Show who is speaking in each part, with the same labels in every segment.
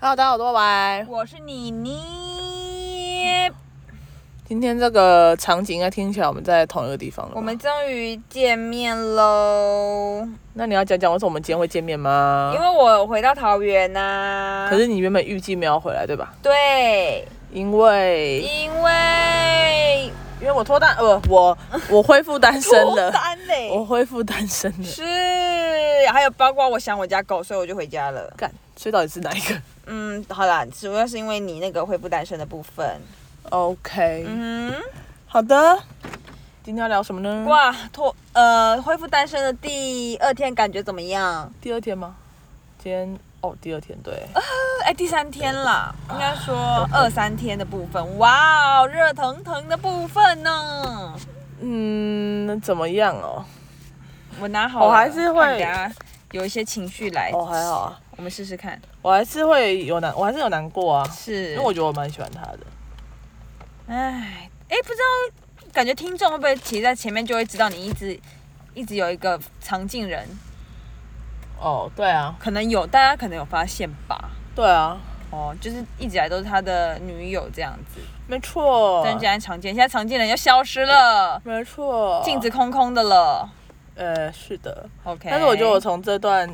Speaker 1: Hello，大家好，我是歪歪。
Speaker 2: 我是妮妮，
Speaker 1: 今天这个场景应该听起来我们在同一个地方了吧。
Speaker 2: 我们终于见面喽！
Speaker 1: 那你要讲讲为什么我们今天会见面吗
Speaker 2: 因？为我回到桃园呐、
Speaker 1: 啊可是你原本预计没有回来对吧？
Speaker 2: 对，
Speaker 1: 因为
Speaker 2: 因为
Speaker 1: 因为我脱单，呃，我我恢复单身
Speaker 2: 脱
Speaker 1: 了，哦
Speaker 2: 单嘞、
Speaker 1: 我恢复单身了。
Speaker 2: 是，还有包括我想我家狗，所以我就回家了。
Speaker 1: 干，所以到底是哪一个
Speaker 2: 嗯，好啦，主要是因为你那个恢复单身的部分。
Speaker 1: ？OK，、
Speaker 2: 嗯
Speaker 1: 好的。今天要聊什么呢
Speaker 2: 哼，？哇，脱呃恢复单身的第二天感觉怎么样？
Speaker 1: 第二天吗？今天哦，第二天对。
Speaker 2: 哎、第三天啦，应该说二三天的部分，哇哦，热腾腾的部分呢。
Speaker 1: 嗯，怎么样哦？
Speaker 2: 我拿好了，
Speaker 1: 我还是会
Speaker 2: 怕你等下有一些情绪来。
Speaker 1: 哦，还好啊，
Speaker 2: 我们试试看。
Speaker 1: 我还是会有难，我还是有难过啊，
Speaker 2: 是
Speaker 1: 因为，我觉得我蛮喜欢他的。
Speaker 2: 哎哎，不知道，感觉听众会不会其实在前面就会知道你一直一直有一个常进人，
Speaker 1: 哦，对啊，
Speaker 2: 可能有，大家可能有发现吧。
Speaker 1: 对啊，
Speaker 2: 哦，就是一直以来都是他的女友这样子，
Speaker 1: 没错，
Speaker 2: 但现在常见，现在常见人又消失了，
Speaker 1: 没错，
Speaker 2: 镜子，空空的了。
Speaker 1: 呃，是的。
Speaker 2: OK，
Speaker 1: 但是我觉得我从这段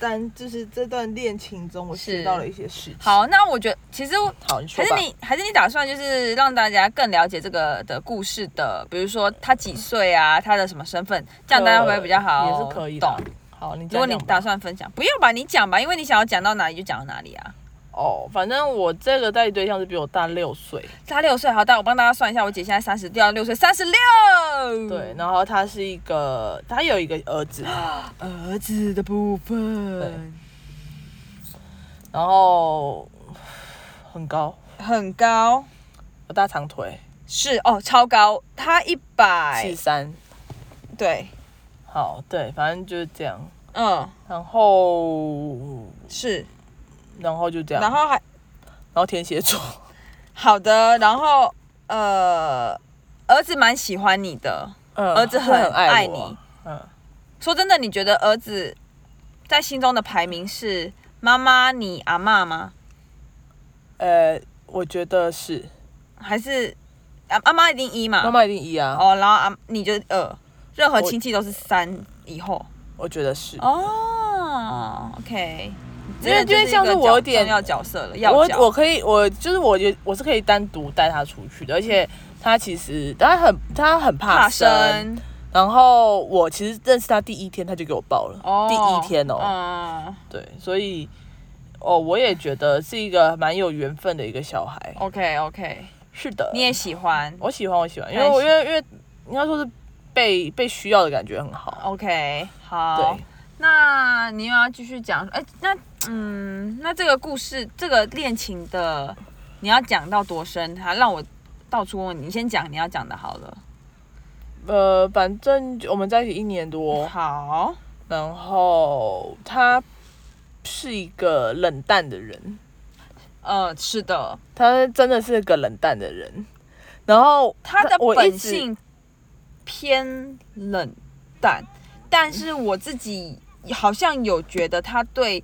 Speaker 1: 单，就是这段恋情中，我学
Speaker 2: 是
Speaker 1: 到了一些事情。，
Speaker 2: 好，那我觉得其实
Speaker 1: 好，你说
Speaker 2: 还是
Speaker 1: 吧。
Speaker 2: 你还是你打算就是让大家更了解这个的故事的，比如说他几岁啊，他的什么身份，这样大家会不会比较好？
Speaker 1: 也是可以的
Speaker 2: 懂。。
Speaker 1: 好，你
Speaker 2: 如果你
Speaker 1: 讲吧
Speaker 2: 打算分享，不用吧，你讲吧，因为你想要讲到哪里就讲到哪里啊。
Speaker 1: 哦，反正我这个代理对象是比我大六岁，
Speaker 2: 他六岁，好，但我帮大家算一下，我姐现在三十掉六岁，三十六。嗯
Speaker 1: 对，，然后他是一个，他有一个儿子，
Speaker 2: 啊儿子的部
Speaker 1: 呃
Speaker 2: 分
Speaker 1: 然后很高，
Speaker 2: 很高，
Speaker 1: 有大长腿，
Speaker 2: 是哦，超高，他一
Speaker 1: 四
Speaker 2: 百，
Speaker 1: 三，
Speaker 2: 对，
Speaker 1: 好，对，反正就是这样，
Speaker 2: 嗯，
Speaker 1: 然后，
Speaker 2: 是，
Speaker 1: 然后就这样，
Speaker 2: 然后还
Speaker 1: 然后天蝎座，
Speaker 2: 好的，然后呃，儿子蛮喜欢你的。
Speaker 1: 嗯
Speaker 2: 儿子
Speaker 1: 会
Speaker 2: 很
Speaker 1: 很爱
Speaker 2: 爱
Speaker 1: 我
Speaker 2: 你。
Speaker 1: 嗯，
Speaker 2: 说真的，你觉得儿子在心中的排名是妈妈、你阿嬷吗？
Speaker 1: 呃，我觉得是
Speaker 2: 还是啊阿阿妈一定一嘛？
Speaker 1: 妈妈一定一啊，
Speaker 2: 哦，然后阿你就二，任何
Speaker 1: 我
Speaker 2: 亲戚都是三以后。
Speaker 1: 我觉得是。
Speaker 2: 哦，OK，
Speaker 1: 哦因为
Speaker 2: 真的就
Speaker 1: 因为像
Speaker 2: 一个
Speaker 1: 是我有
Speaker 2: 角
Speaker 1: 点
Speaker 2: 重要角色了，要
Speaker 1: 我
Speaker 2: 角
Speaker 1: 我可以，我就是我觉我是可以单独带他出去的，而且他其实他很他很怕
Speaker 2: 怕
Speaker 1: 生，
Speaker 2: 生
Speaker 1: 然后我其实认识他第一天他就给我抱了，
Speaker 2: 哦，
Speaker 1: 第一天哦，
Speaker 2: 嗯
Speaker 1: 对，所以哦我也觉得是一个蛮有缘分的一个小孩，
Speaker 2: ，OK OK，
Speaker 1: 是的，
Speaker 2: 你也喜欢
Speaker 1: 我喜欢我喜欢，因
Speaker 2: 太
Speaker 1: 为我
Speaker 2: 喜
Speaker 1: 因为因为应该说是被被需要的感觉很好，哦
Speaker 2: ，OK，好
Speaker 1: 对。，
Speaker 2: 那你又要继续讲，哎、那嗯，那这个故事，这个恋情的，你要讲到多深？哈，让我到处问你，你先讲你要讲的好了。
Speaker 1: 呃，反正我们在一起一年多，
Speaker 2: 好，
Speaker 1: 然后他是一个冷淡的人，
Speaker 2: 呃，是的，
Speaker 1: 他真的是个冷淡的人。然后
Speaker 2: 他的
Speaker 1: 我一
Speaker 2: 本
Speaker 1: 直
Speaker 2: 性偏冷淡，但是我自己好像有觉得他对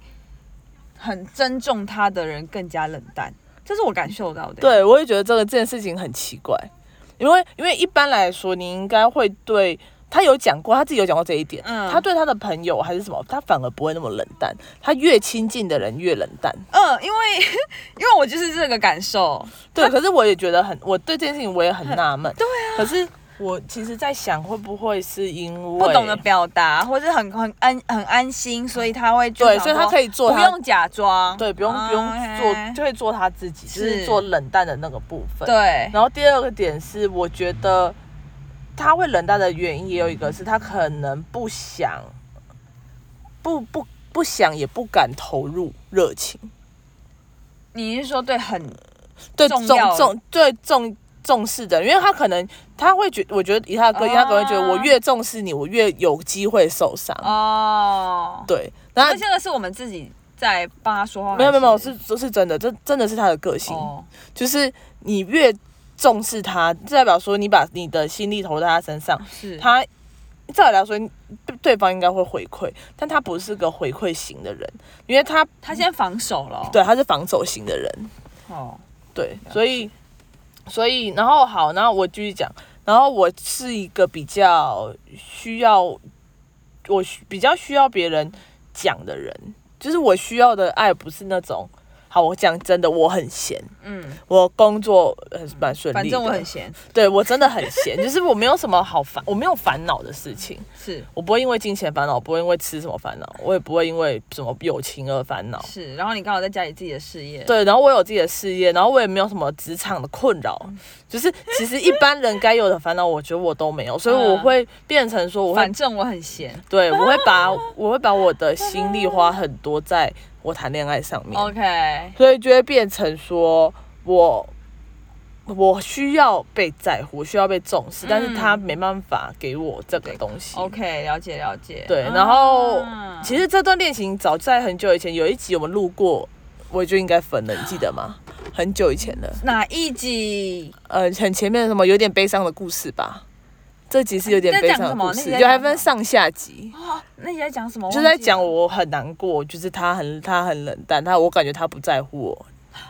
Speaker 2: 很尊重他的人更加冷淡，这是我感受到的。，
Speaker 1: 对我也觉得这个这件事情很奇怪，因为因为一般来说，你应该会对他有讲过，他自己有讲过这一点。
Speaker 2: 嗯
Speaker 1: 他对他的朋友还是什么，他反而不会那么冷淡。他越亲近的人越冷淡。
Speaker 2: 嗯、因为 因为我就是这个感受，
Speaker 1: 对，可是我也觉得很，我对这件事情我也很纳闷。
Speaker 2: 对啊。
Speaker 1: 可是我其实，在想会不会是因为
Speaker 2: 不懂得表达，或是很很安很安心，所以他会就
Speaker 1: 对，
Speaker 2: 想
Speaker 1: 所以他
Speaker 2: 说
Speaker 1: 可以做
Speaker 2: 不
Speaker 1: 他
Speaker 2: 用假装，
Speaker 1: 对，不用不用
Speaker 2: 嗯
Speaker 1: 做，
Speaker 2: 嘿
Speaker 1: 就会做他自己，就是
Speaker 2: 是
Speaker 1: 做冷淡的那个部分。。
Speaker 2: 对，
Speaker 1: 然后第二个点是，我觉得他会冷淡的原因也有一个是他可能不想，不不不想也不敢投入热情，
Speaker 2: 你是说对很
Speaker 1: 对
Speaker 2: 重
Speaker 1: 重
Speaker 2: 要
Speaker 1: 重对重。重视的，因为他可能他会觉，我觉得以他的个性，他可能会觉得
Speaker 2: 啊
Speaker 1: 我越重视你，我越有机会受伤。
Speaker 2: 哦？
Speaker 1: 对，然后
Speaker 2: 那这个是我们自己在帮他说话，
Speaker 1: 没有没有没有，
Speaker 2: 还
Speaker 1: 是是真的，这真的是他的个性。
Speaker 2: 哦，
Speaker 1: 就是你越重视他，就代表说你把你的心力投在他身上，
Speaker 2: 是
Speaker 1: 他照理来说，对对方应该会回馈，但他不是个回馈型的人，因为他
Speaker 2: 他先防守了、
Speaker 1: 对他是防守型的人，
Speaker 2: 哦，
Speaker 1: 对，
Speaker 2: 了
Speaker 1: 所以，所以，然后好，然后我继续讲，然后我是一个比较需要，我需比较需要别人讲的人，就是我需要的爱不是那种，好，我讲真的，我很闲，
Speaker 2: 嗯，
Speaker 1: 我工作很蛮顺利的，
Speaker 2: 反正我很闲，
Speaker 1: 对我真的很闲， 就是我没有什么好烦，我没有烦恼的事情，
Speaker 2: 是
Speaker 1: 我不会因为金钱烦恼，不会因为吃什么烦恼，我也不会因为什么友情而烦恼，
Speaker 2: 是。然后你刚好在家里自己的事业，
Speaker 1: 对，然后我有自己的事业，然后我也没有什么职场的困扰，
Speaker 2: 嗯
Speaker 1: 就是其实一般人该有的烦恼，我觉得我都没有，所以我会变成说，我会
Speaker 2: 嗯反正我很闲。
Speaker 1: 对我会把我会把我的心力花很多在我谈恋爱上面，
Speaker 2: 哦 OK，
Speaker 1: 所以就会变成说我我需要被在乎，需要被重视，但是他没办法给我这个东西。
Speaker 2: 嗯 OK，了解了解。
Speaker 1: 对，然后
Speaker 2: 啊
Speaker 1: 其实这段恋情早在很久以前有一集我们录过，我就应该分了，你记得吗？很久以前了，
Speaker 2: 哪一集？
Speaker 1: 呃，很前面的什么有点悲伤的故事吧。这集是有点
Speaker 2: 你在
Speaker 1: 悲
Speaker 2: 讲
Speaker 1: 伤的
Speaker 2: 什么
Speaker 1: 故
Speaker 2: 那
Speaker 1: 事
Speaker 2: 集，在
Speaker 1: 就还
Speaker 2: 讲什
Speaker 1: 分
Speaker 2: 么
Speaker 1: 上下集，
Speaker 2: 哦，那你在讲什么？
Speaker 1: 就
Speaker 2: 忘
Speaker 1: 在
Speaker 2: 记
Speaker 1: 讲
Speaker 2: 了
Speaker 1: 我很难过，就是他很他很冷淡，他我感觉他不在乎我，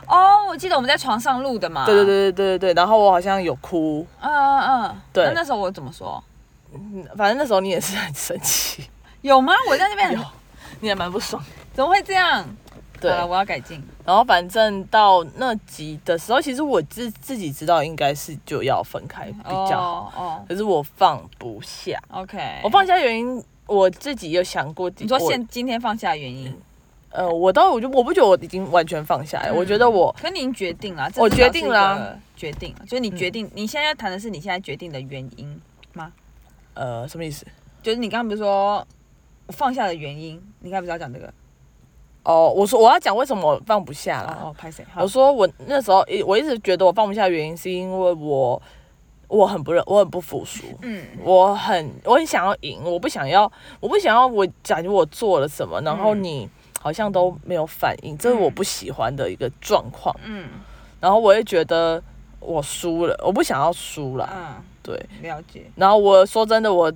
Speaker 2: 哦，我记得我们在床上录的嘛。
Speaker 1: 对对。对对对对对，然后我好像有哭，
Speaker 2: 嗯嗯嗯。
Speaker 1: 对
Speaker 2: 那那时候我怎么说？
Speaker 1: 嗯反正那时候你也是很生气，
Speaker 2: 有吗？我在那边
Speaker 1: 有你也蛮不爽。
Speaker 2: 怎么会这样？
Speaker 1: 对，
Speaker 2: 好了我要改进。
Speaker 1: 然后反正到那集的时候，其实我自自己知道应该是就要分开比较好，
Speaker 2: 哦哦
Speaker 1: 可是我放不下。
Speaker 2: ，OK。
Speaker 1: 我放下原因，我自己有想过，
Speaker 2: 你说
Speaker 1: 我
Speaker 2: 现今天放下的原因，
Speaker 1: 呃，我到我就我不觉得我已经完全放下了，我觉得我
Speaker 2: 可你已经决定了，这
Speaker 1: 我
Speaker 2: 至少
Speaker 1: 决定了嗯啊
Speaker 2: 是一个决定了，就是你决定，你现在谈的是你现在决定的原因吗？
Speaker 1: 呃什么意思？
Speaker 2: 就是你刚刚不是说我放下的原因，你刚才不是要讲这个？
Speaker 1: 哦，我说我要讲为什么我放不下啦。
Speaker 2: 哦哦，拍谁？好
Speaker 1: 啊我，说我那时候一我一直觉得我放不下的原因是因为我我很不认，我很不服输。
Speaker 2: 嗯，
Speaker 1: 我很我很想要赢，我不想要，我不想要我感觉我做了什么，然后
Speaker 2: 嗯
Speaker 1: 你好像都没有反应，这是我不喜欢的一个状况。
Speaker 2: 嗯
Speaker 1: 然后我也觉得我输了，我不想要输了，
Speaker 2: 嗯，
Speaker 1: 对。
Speaker 2: 了解。
Speaker 1: 然后我说真的，我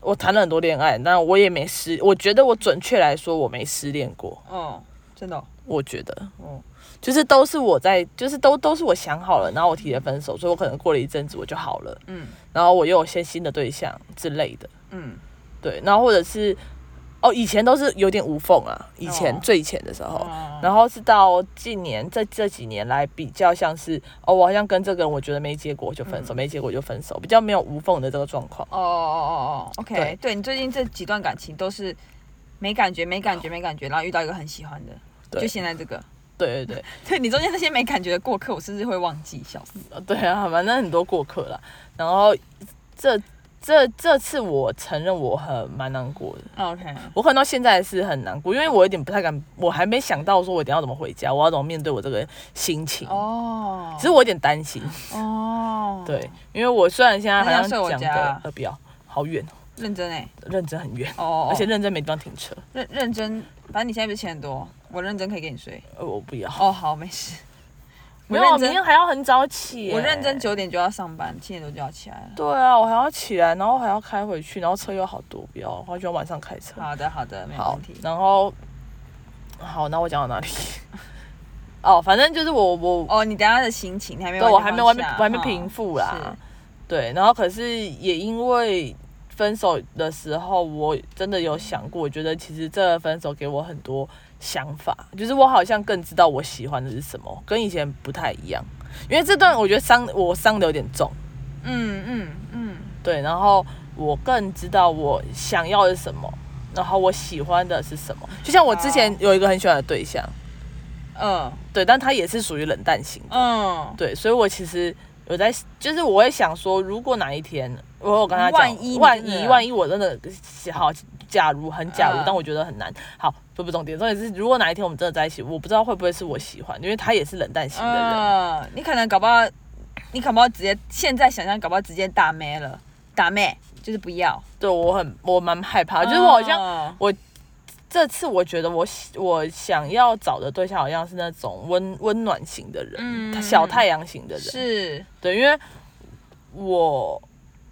Speaker 1: 我谈了很多恋爱，但我也没失，我觉得我准确来说我没失恋过，
Speaker 2: 哦，真的哦，
Speaker 1: 我觉得。
Speaker 2: 哦
Speaker 1: 就是都是我在，就是都都是我想好了，然后我提了分手，所以我可能过了一阵子我就好了，
Speaker 2: 嗯
Speaker 1: 然后我又有些新的对象之类的。
Speaker 2: 嗯，
Speaker 1: 对，然后或者是哦，以前都是有点无缝啊，以前、
Speaker 2: 哦
Speaker 1: 最以前的时候，
Speaker 2: 哦
Speaker 1: 然后是到近年这这几年来比较像是哦，我好像跟这个人我觉得没结果就分手，没结果就分手，比较没有无缝的这个状况。
Speaker 2: 哦哦哦哦，OK，
Speaker 1: 对
Speaker 2: 对你最近这几段感情都是没感觉、没感觉、没感觉，然后遇到一个很喜欢的，
Speaker 1: 对
Speaker 2: 就现在这个。
Speaker 1: 对对对，
Speaker 2: 对你中间那些没感觉的过客，我甚至会忘记，笑死。
Speaker 1: 呃对啊，反正很多过客啦。然后这这这次我承认我很蛮难过的，
Speaker 2: OK，
Speaker 1: 我可能到现在是很难过，因为我有点不太敢，我还没想到说我等一下要怎么回家，我要怎么面对我这个心情。
Speaker 2: 哦，
Speaker 1: 只是我有点担心，
Speaker 2: 哦，
Speaker 1: 对，，因为我虽然现在好像
Speaker 2: 那你要睡我
Speaker 1: 讲
Speaker 2: 家
Speaker 1: 的
Speaker 2: 啊
Speaker 1: 呃不要，好远哦，
Speaker 2: 认真哎，
Speaker 1: 认真很远，
Speaker 2: 哦，
Speaker 1: 而且认真没地方停车，
Speaker 2: 认认真，反正你现在不是钱很多，我认真可以给你睡。
Speaker 1: 呃我不要。
Speaker 2: 哦，好，没事。我
Speaker 1: 没有，啊明
Speaker 2: 认真
Speaker 1: 天，还要很早起耶。
Speaker 2: 我认真九点就要上班，七点多就要起来了。
Speaker 1: 对啊，我还要起来，然后还要开回去，然后车又好多，不要，我好喜欢晚上开车。
Speaker 2: 好的，好的，没有
Speaker 1: 好
Speaker 2: 问题，。
Speaker 1: 然后好，那我讲到哪里？ 哦，反正就是我我
Speaker 2: 哦，你等一下的心情你还没
Speaker 1: 对
Speaker 2: 完全
Speaker 1: 我还没我还没
Speaker 2: 放下
Speaker 1: 我还没
Speaker 2: 哦
Speaker 1: 平复啦
Speaker 2: 是。
Speaker 1: 对，然后可是也因为分手的时候，我真的有想过，我觉得其实这个分手给我很多想法，就是我好像更知道我喜欢的是什么，跟以前不太一样。因为这段我觉得伤我伤的有点重，
Speaker 2: 嗯嗯嗯
Speaker 1: 对，然后我更知道我想要的是什么，然后我喜欢的是什么。就像我之前
Speaker 2: 好
Speaker 1: 有一个很喜欢的对象，
Speaker 2: 嗯
Speaker 1: 对，但他也是属于冷淡型的，
Speaker 2: 嗯，
Speaker 1: 对，所以我其实有在，就是我会想说，如果哪一天我有跟他讲，
Speaker 2: 万一你
Speaker 1: 万
Speaker 2: 真
Speaker 1: 一
Speaker 2: 的
Speaker 1: 万一我真的好，假如很假如，
Speaker 2: 嗯
Speaker 1: 但我觉得很难。好，这不重点，重点是如果哪一天我们真的在一起，我不知道会不会是我喜欢，因为他也是冷淡型的人。
Speaker 2: 嗯，你可能搞不好，你搞不好直接现在想象搞不好直接打妹了，打妹就是不要，
Speaker 1: 对我很我蛮害怕，啊就是我好像
Speaker 2: 嗯
Speaker 1: 这次我觉得我喜我想要找的对象好像是那种温温暖型的人，
Speaker 2: 嗯
Speaker 1: 小太阳型的人。
Speaker 2: 是
Speaker 1: 对，因为我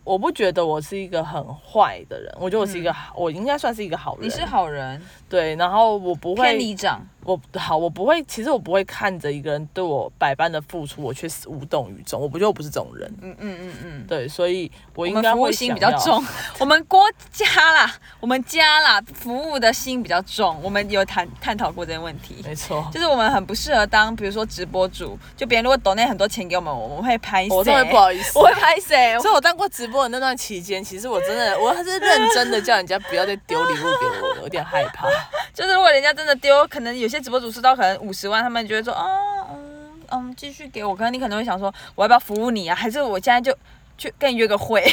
Speaker 1: 我不觉得我是一个很坏的人，我觉得我是一个好，我应该算是一个好人。
Speaker 2: 嗯你是好人，
Speaker 1: 对，然后我不会，
Speaker 2: 骗里长，
Speaker 1: 我好，我不会，其实我不会看着一个人对我百般的付出，我却是无动于衷。我不觉得我不是这种人，
Speaker 2: 嗯嗯嗯嗯。
Speaker 1: 对，所以我
Speaker 2: 我
Speaker 1: 应
Speaker 2: 们
Speaker 1: 该
Speaker 2: 服务
Speaker 1: 会
Speaker 2: 心
Speaker 1: 想
Speaker 2: 比较
Speaker 1: 要
Speaker 2: 重，我们国家啦，我们家啦，服务的心比较重。我们有探探讨过这个问题，
Speaker 1: 没错，
Speaker 2: 就是我们很不适合当，比如说直播主，就别人如果抖那很多钱给我们，我们会拍谁？
Speaker 1: 我特别不好意思
Speaker 2: 我。会拍谁？
Speaker 1: 所以我当过直播的那段期间，其实我真的，我还是认真的叫人家不要再丢礼物给我了，有点害怕。
Speaker 2: 就是如果人家真的丢，可能有些直播主收到可能五十万，他们就会说，啊，嗯嗯，继续给我。可能你可能会想说，我要不要服务你啊？还是我现在就去 跟你约个会？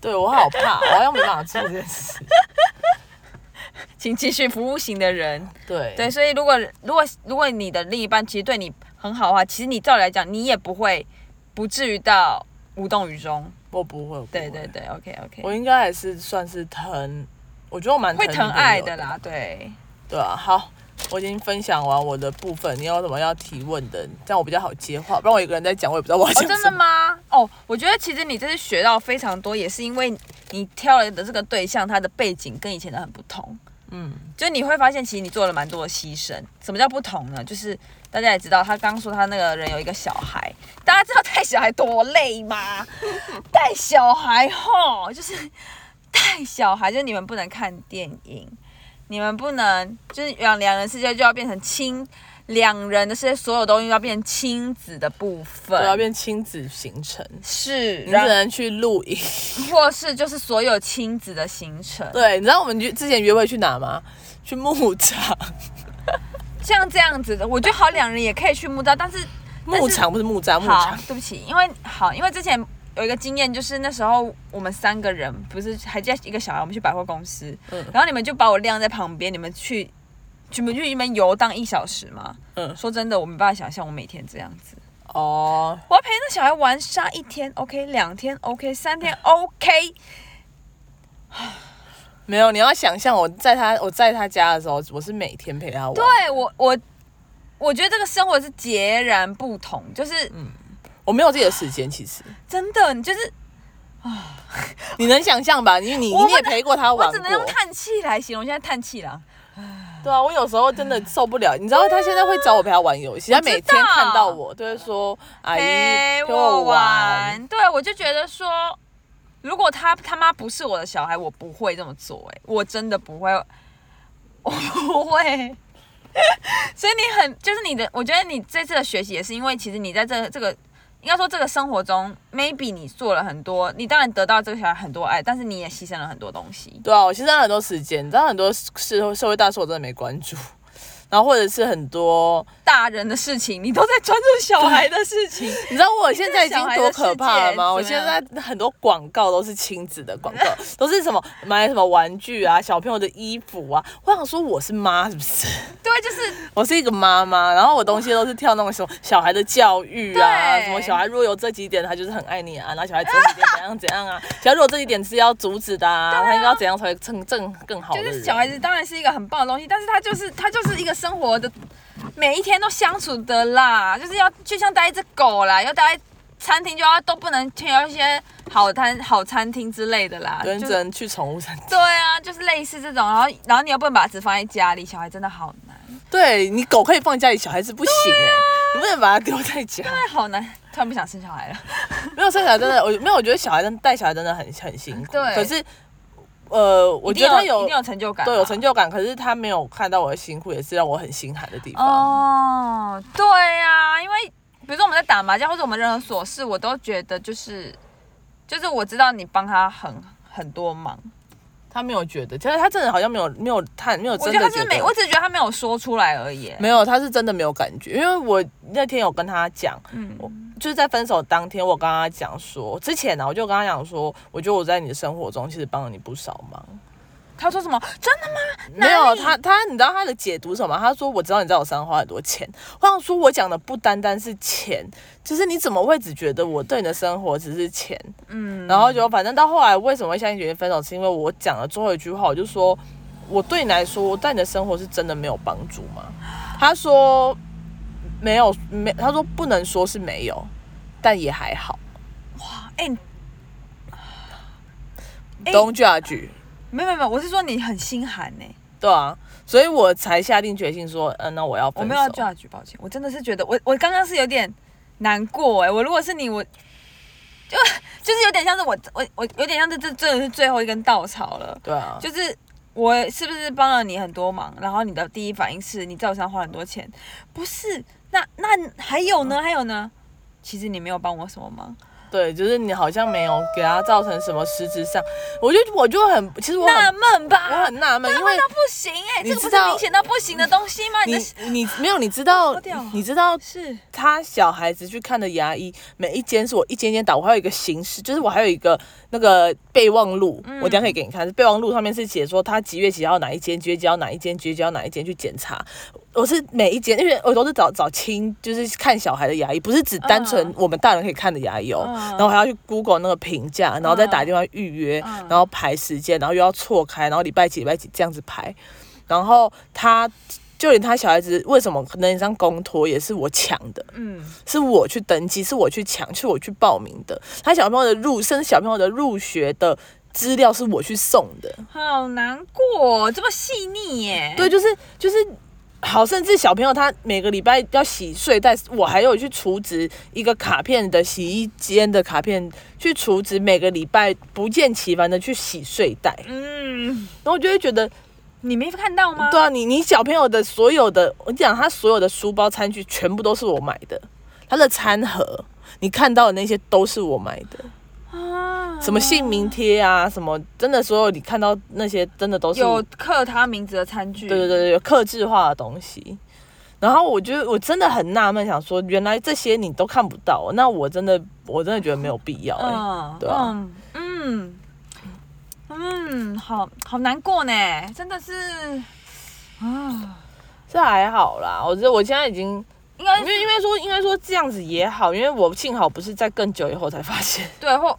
Speaker 1: 对我好怕，我好像没办法做这件事。
Speaker 2: 请继续服务型的人。
Speaker 1: 对
Speaker 2: 对，所以如果如果如果你的另一半其实对你很好的话，其实你照理来讲，你也不会不至于到无动于衷。
Speaker 1: 我不会，我不会
Speaker 2: 对对，对，OK
Speaker 1: 我
Speaker 2: OK，
Speaker 1: 应该还是算是疼，我觉得我蛮
Speaker 2: 会
Speaker 1: 女
Speaker 2: 疼
Speaker 1: 朋
Speaker 2: 爱
Speaker 1: 友
Speaker 2: 的啦，对。
Speaker 1: 对啊，好，我已经分享完我的部分，你有什么要提问的？这样我比较好接话，不然我一个人在讲，我也不知道我要
Speaker 2: 哦，
Speaker 1: 讲
Speaker 2: 真
Speaker 1: 什
Speaker 2: 的
Speaker 1: 么。
Speaker 2: 吗？哦，我觉得其实你这次学到非常多，也是因为你挑了的这个对象，他的背景跟以前的很不同。
Speaker 1: 嗯，
Speaker 2: 就你会发现，其实你做了蛮多的牺牲。什么叫不同呢？就是大家也知道，他刚说他那个人有一个小孩，大家知道带小孩多 累吗？带小孩吼，就是带小孩，就是你们不能看电影，你们不能就是两两人世界就要变成亲，两人的世界所有东西都要变成亲子的部分
Speaker 1: 我，要变亲子行程，
Speaker 2: 是，
Speaker 1: 你只
Speaker 2: 然
Speaker 1: 能去露营。
Speaker 2: 或是就是所有亲子的行程。
Speaker 1: 对，你知道我们约之前约会去哪吗？去牧场，
Speaker 2: 像这样子的，我觉得好两人也可以去木栅， 但是
Speaker 1: 牧场不是木栅，牧
Speaker 2: 好
Speaker 1: 场，。
Speaker 2: 对不起，因为好，因为之前有一个经验，就是那时候我们三个人不是还加一个小孩，我们去百货公司，
Speaker 1: 嗯
Speaker 2: 然后你们就把我晾在旁边，你们去，你们去那边游荡一小时嘛。
Speaker 1: 嗯
Speaker 2: 说真的，我没办法想象我每天这样子，
Speaker 1: 哦，
Speaker 2: 我要陪那小孩玩沙一天，OK，两天，OK，三天，OK，
Speaker 1: 没有，你要想象我在他我在他家的时候，我是每天陪他玩。
Speaker 2: 对啊我我。我觉得这个生活是截然不同，就是
Speaker 1: 我没有自己的时间，其实
Speaker 2: 真的，你就是
Speaker 1: 你能想象吧？因为你
Speaker 2: 我
Speaker 1: 你也陪过他玩过
Speaker 2: 我只。能用叹气来形容，现在叹气了。
Speaker 1: 对啊，我有时候真的受不了，你知道他现在会找我陪他玩游戏，他每天看到我都会说：“阿姨，
Speaker 2: 陪
Speaker 1: 哎陪
Speaker 2: 我
Speaker 1: 玩。
Speaker 2: 玩。对，我就觉得说，如果他他妈不是我的小孩，我不会这么做、哎，我真的不会，我不会。 所以你很就是你的，我觉得你这次的学习也是因为，其实你在这这个应该说这个生活中，maybe 你做了很多，你当然得到这个小孩很多爱，但是你也牺牲了很多东西。
Speaker 1: 对啊，我牺牲了很多时间，你知道很多社会社会大事我真的没关注， 然后或者是很多，
Speaker 2: 大人的事情，你都在专注小孩的事情。
Speaker 1: 你知道我现在已经多可怕了吗？我
Speaker 2: 你 现
Speaker 1: 现
Speaker 2: 在小孩的世界
Speaker 1: 在很多广告都是亲子的广告，都是什么买什么玩具啊、小朋友的衣服啊，我想说我是妈是不是？
Speaker 2: 对，就是
Speaker 1: 我是一个妈妈，然后我东西都是跳那种什么小孩的教育啊，
Speaker 2: 对
Speaker 1: 什么小孩如果有这几点，他就是很爱你啊，然后小孩这几点怎样怎样 啊，小孩如果这几点是要阻止的啊，他应该要怎样才会更正更好的
Speaker 2: 就
Speaker 1: 人
Speaker 2: 是小孩子当然是一个很棒的东西，但是他就是他就是一个生活的每一天都相处的啦，就是要就像带一只狗啦，要带餐厅就要都不能挑一些好餐好餐厅之类的啦，
Speaker 1: 跟
Speaker 2: 就是
Speaker 1: 人去宠物城。
Speaker 2: 对啊，就是类似这种，然后然后你又不能把它只放在家里，小孩真的好难，
Speaker 1: 对你狗可以放家里，小孩子不行哎、
Speaker 2: 啊
Speaker 1: 你不能把它丢在家。
Speaker 2: 真的好难，突然不想生小孩了。
Speaker 1: 没有生小孩真的，我没有，我觉得小孩真的带小孩真的很很辛苦。
Speaker 2: 对
Speaker 1: 可是呃，我
Speaker 2: 一
Speaker 1: 觉
Speaker 2: 定
Speaker 1: 得他
Speaker 2: 一
Speaker 1: 有
Speaker 2: 定有成就感，啊
Speaker 1: 对有成。就感，可是他没有看到我的辛苦，也是让我很心寒的地方。
Speaker 2: 哦，对呀、因为比如说我们在打麻将或者我们任何琐事，我都觉得就是就是我知道你帮他很很多忙，
Speaker 1: 他没有觉得，其实他真的好像没有没有探没有
Speaker 2: 我
Speaker 1: 真
Speaker 2: 觉
Speaker 1: 的
Speaker 2: 得他
Speaker 1: 觉
Speaker 2: 是
Speaker 1: 得
Speaker 2: 没，我只是觉得他没有说出来而已。
Speaker 1: 没有，他是真的没有感觉，因为我那天有跟他讲，
Speaker 2: 嗯，
Speaker 1: 就是在分手当天，我跟他讲说，之前啊呢、我就跟他讲说，我觉得我在你的生活中其实帮了你不少忙。
Speaker 2: 他说什么？真的吗？
Speaker 1: 没
Speaker 2: 哪里
Speaker 1: 有他，他你知道他的解读是什么？他说我知道你在我身上花很多钱。我想说，我讲的不单单是钱，就是你怎么会只觉得我对你的生活只是钱？
Speaker 2: 嗯，
Speaker 1: 然后就反正到后来为什么会相信决定分手，是因为我讲了最后一句话，我就说我对你来说，我在你的生活是真的没有帮助吗？他说没有，没，他说不能说是没有，但也还好。
Speaker 2: 哎、哎
Speaker 1: Don't judge。
Speaker 2: 没有没有没有，我是说你很心寒欸呢、
Speaker 1: 对啊，所以我才下定决心说，嗯、那我要分手。
Speaker 2: 我没有要 judge，抱歉，我真的是觉得我我刚刚是有点难过哎、我如果是你，我就就是有点像是我我我有点像是这真的是最后一根稻草了，
Speaker 1: 对啊，
Speaker 2: 就是我是不是帮了你很多忙？然后你的第一反应是你在我身上花很多钱，不是？那那还有
Speaker 1: 嗯
Speaker 2: 呢？还有呢？其实你没有帮我什么忙，
Speaker 1: 对，就是你好像没有给他造成什么实质上，我就我就很，其实我
Speaker 2: 纳
Speaker 1: 很
Speaker 2: 闷
Speaker 1: 我
Speaker 2: 吧？
Speaker 1: 很纳闷，
Speaker 2: 纳
Speaker 1: 因为
Speaker 2: 闷到不行哎、
Speaker 1: 你
Speaker 2: 这个不
Speaker 1: 知
Speaker 2: 是
Speaker 1: 道
Speaker 2: 明显到不行的东西吗？ 你的
Speaker 1: 你你没有你知 道
Speaker 2: 好屌哦
Speaker 1: 你知道
Speaker 2: 是
Speaker 1: 他小孩子去看的牙医，每一间是我一间间打，我还有一个形式，就是我还有一个那个备忘录，
Speaker 2: 嗯
Speaker 1: 我等一下可以给你看。备忘录上面是写说他几月几号哪一间，几月几号哪一间，几月几号哪一间去检查。我是每一间，因为我都是找找亲，就是看小孩的牙医，不是只单纯
Speaker 2: 嗯
Speaker 1: 我们大人可以看的牙医哦。
Speaker 2: 嗯
Speaker 1: 然后我还要去 Google 那个评价，然后再打电话预约，
Speaker 2: 嗯
Speaker 1: 然后排时间，然后又要错开，然后礼拜几礼拜几这样子排。然后他就连他小孩子为什么可能像公托也是我抢的，
Speaker 2: 嗯
Speaker 1: 是我去登记，是我去抢，是我去报名的。他小朋友的入，甚至小朋友的入学的资料是我去送的。
Speaker 2: 好难过、哦这么细腻耶。
Speaker 1: 对，就是就是。好，甚至小朋友他每个礼拜要洗睡袋，我还有去储值一个卡片的洗衣间的卡片，去储值每个礼拜不厌其烦的去洗睡袋，
Speaker 2: 嗯，
Speaker 1: 然后我就会觉得
Speaker 2: 你没看到吗？
Speaker 1: 对啊，你你小朋友的所有的，我讲他所有的书包、餐具全部都是我买的，他的餐盒你看到的那些都是我买的，
Speaker 2: 啊，
Speaker 1: 什么姓名贴啊，什么真的所有你看到那些真的都是我
Speaker 2: 有刻他名字的餐具？
Speaker 1: 对对对对，有克制化的东西。然后我觉得我真的很纳闷，想说原来这些你都看不到，那我真的我真的觉得没有必要、欸。
Speaker 2: 嗯，
Speaker 1: 对啊
Speaker 2: 嗯嗯嗯，好好难过呢，真的是啊，
Speaker 1: 这还好啦，我觉得我现在已经，
Speaker 2: 应该
Speaker 1: 因为因为说应该说这样子也好，因为我幸好不是在更久以后才发现。
Speaker 2: 对或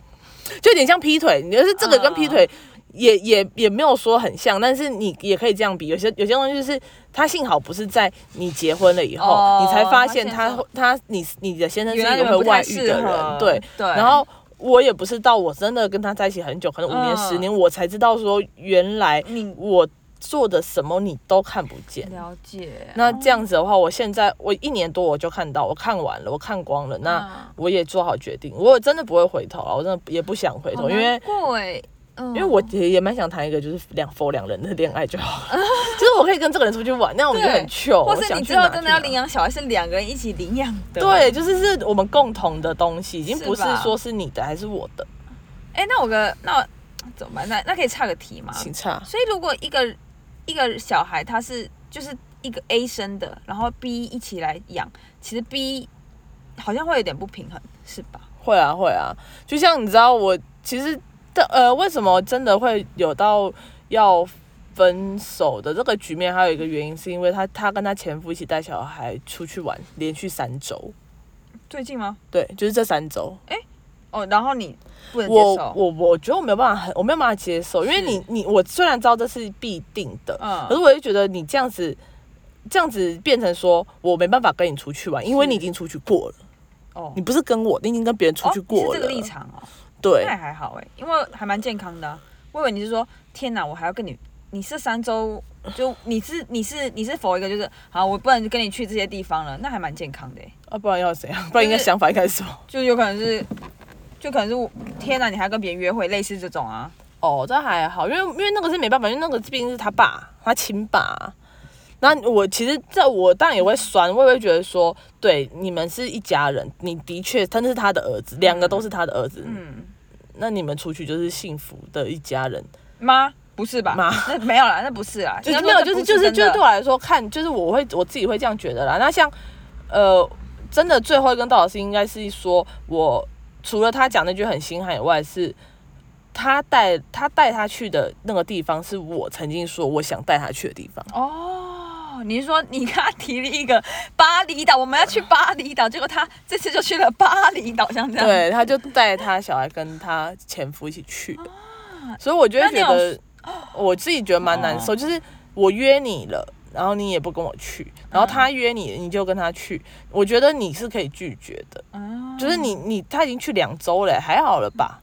Speaker 1: 就有点像劈腿，你就是这
Speaker 2: 嗯
Speaker 1: 个跟劈腿也、也也没有说很像，但是你也可以这样比。有些有些东西就是他幸好不是在你结婚了以后，
Speaker 2: 哦
Speaker 1: 你才发现
Speaker 2: 发
Speaker 1: 他
Speaker 2: 现说
Speaker 1: 他你你的先生是一
Speaker 2: 原来你
Speaker 1: 个
Speaker 2: 们
Speaker 1: 会
Speaker 2: 不
Speaker 1: 外
Speaker 2: 太
Speaker 1: 遇
Speaker 2: 适
Speaker 1: 的
Speaker 2: 合
Speaker 1: 人，，对。
Speaker 2: 对，
Speaker 1: 然后我也不是到我真的跟他在一起很久，可能五年
Speaker 2: 嗯
Speaker 1: 十、年，我才知道说原来
Speaker 2: 你
Speaker 1: 我做的什么你都看不见。
Speaker 2: 了解，
Speaker 1: 那这样子的话，我现在我一年多我就看到，我看完了，我看光了，那
Speaker 2: 嗯
Speaker 1: 我也做好决定，我真的不会回头了，我真的也不想回头，因为
Speaker 2: 对，嗯，
Speaker 1: 因为我也也蛮想谈一个就是两夫两人的恋爱就好了， 就是我可以跟这个人出去玩，那我们就
Speaker 2: 嗯对
Speaker 1: 很 chill，
Speaker 2: 或
Speaker 1: 我
Speaker 2: 是
Speaker 1: 想
Speaker 2: 你
Speaker 1: 去
Speaker 2: 之后
Speaker 1: 哪
Speaker 2: 真
Speaker 1: 去
Speaker 2: 的要
Speaker 1: 哪
Speaker 2: 领养小孩，是两个人一起领养的，
Speaker 1: 对，就是是我们共同的东西，已经
Speaker 2: 是
Speaker 1: 不是
Speaker 2: 吧
Speaker 1: 说是你的还是我的，
Speaker 2: 哎，那我个那我怎么办？那那可以岔个题吗？
Speaker 1: 请差。
Speaker 2: 所以如果一个一个小孩他是就是一个 A 生的，然后 B 一起来养，其实 B 好像会有点不平衡，是吧？
Speaker 1: 会啊，会啊，就像你知道我其实的呃，为什么真的会有到要分手的这个局面，还有一个原因是因为她她跟她前夫一起带小孩出去玩，连续三周，
Speaker 2: 最近吗？
Speaker 1: 对，就是这三周，
Speaker 2: 哦，然后你不能接
Speaker 1: 我
Speaker 2: 受，
Speaker 1: 我我觉得我没有办法很，我没有办法接受，因为
Speaker 2: 是
Speaker 1: 你你我虽然知道这是必定的，
Speaker 2: 嗯
Speaker 1: 可是我就觉得你这样子。这样子变成说，我没办法跟你出去玩，因为
Speaker 2: 是
Speaker 1: 你已经出去过了，
Speaker 2: 哦
Speaker 1: 你，不是跟我，你已经跟别人出去
Speaker 2: 哦
Speaker 1: 过
Speaker 2: 你是
Speaker 1: 了。
Speaker 2: 这个立场哦，
Speaker 1: 对
Speaker 2: 那，也还好哎，因为还蛮健康的啊、我以为你是说，天哪，我还要跟你，你是三周。就你是你是你是否一个就是好，我不能跟你去这些地方了，那还蛮健康的欸
Speaker 1: 啊，不然要怎样？不然应该
Speaker 2: 就是
Speaker 1: 想法应该是什么？
Speaker 2: 就有可能是，就可能是我天哪，你还跟别人约会，类似这种啊，
Speaker 1: 哦，这还好，因为因为那个是没办法，因为那个毕竟是他爸，他亲爸。那我其实在我当然也会酸，我也会觉得说，对，你们是一家人，你的确，他那是他的儿子，两个都是他的儿子，
Speaker 2: 嗯，
Speaker 1: 那你们出去就是幸福的一家人。
Speaker 2: 妈，不是吧？
Speaker 1: 妈
Speaker 2: 那没有啦，那不是啦，
Speaker 1: 就
Speaker 2: 应该
Speaker 1: 没有，
Speaker 2: 说这
Speaker 1: 就是
Speaker 2: 不
Speaker 1: 就是
Speaker 2: 真
Speaker 1: 就是
Speaker 2: 的
Speaker 1: 对我来说看，就是我会我自己会这样觉得啦。那像呃，真的最后一根稻草是应该是说我除了他讲那句很心寒以外，是他带他带他去的那个地方，是我曾经说我想带他去的地方。
Speaker 2: 哦。你是说你跟他提了一个巴厘岛，我们要去巴厘岛，结果他这次就去了巴厘岛， 像这样。，
Speaker 1: 对，他就带他小孩跟他前夫一起去的，所以我就会觉
Speaker 2: 哦那你哦
Speaker 1: 得，我自己觉得蛮难受，就是我约你了。然后你也不跟我去，然
Speaker 2: 嗯
Speaker 1: 后他约你，你就跟他去。我觉得你是可以拒绝的，
Speaker 2: 嗯，
Speaker 1: 就是你你他已经去两周了，还好了吧？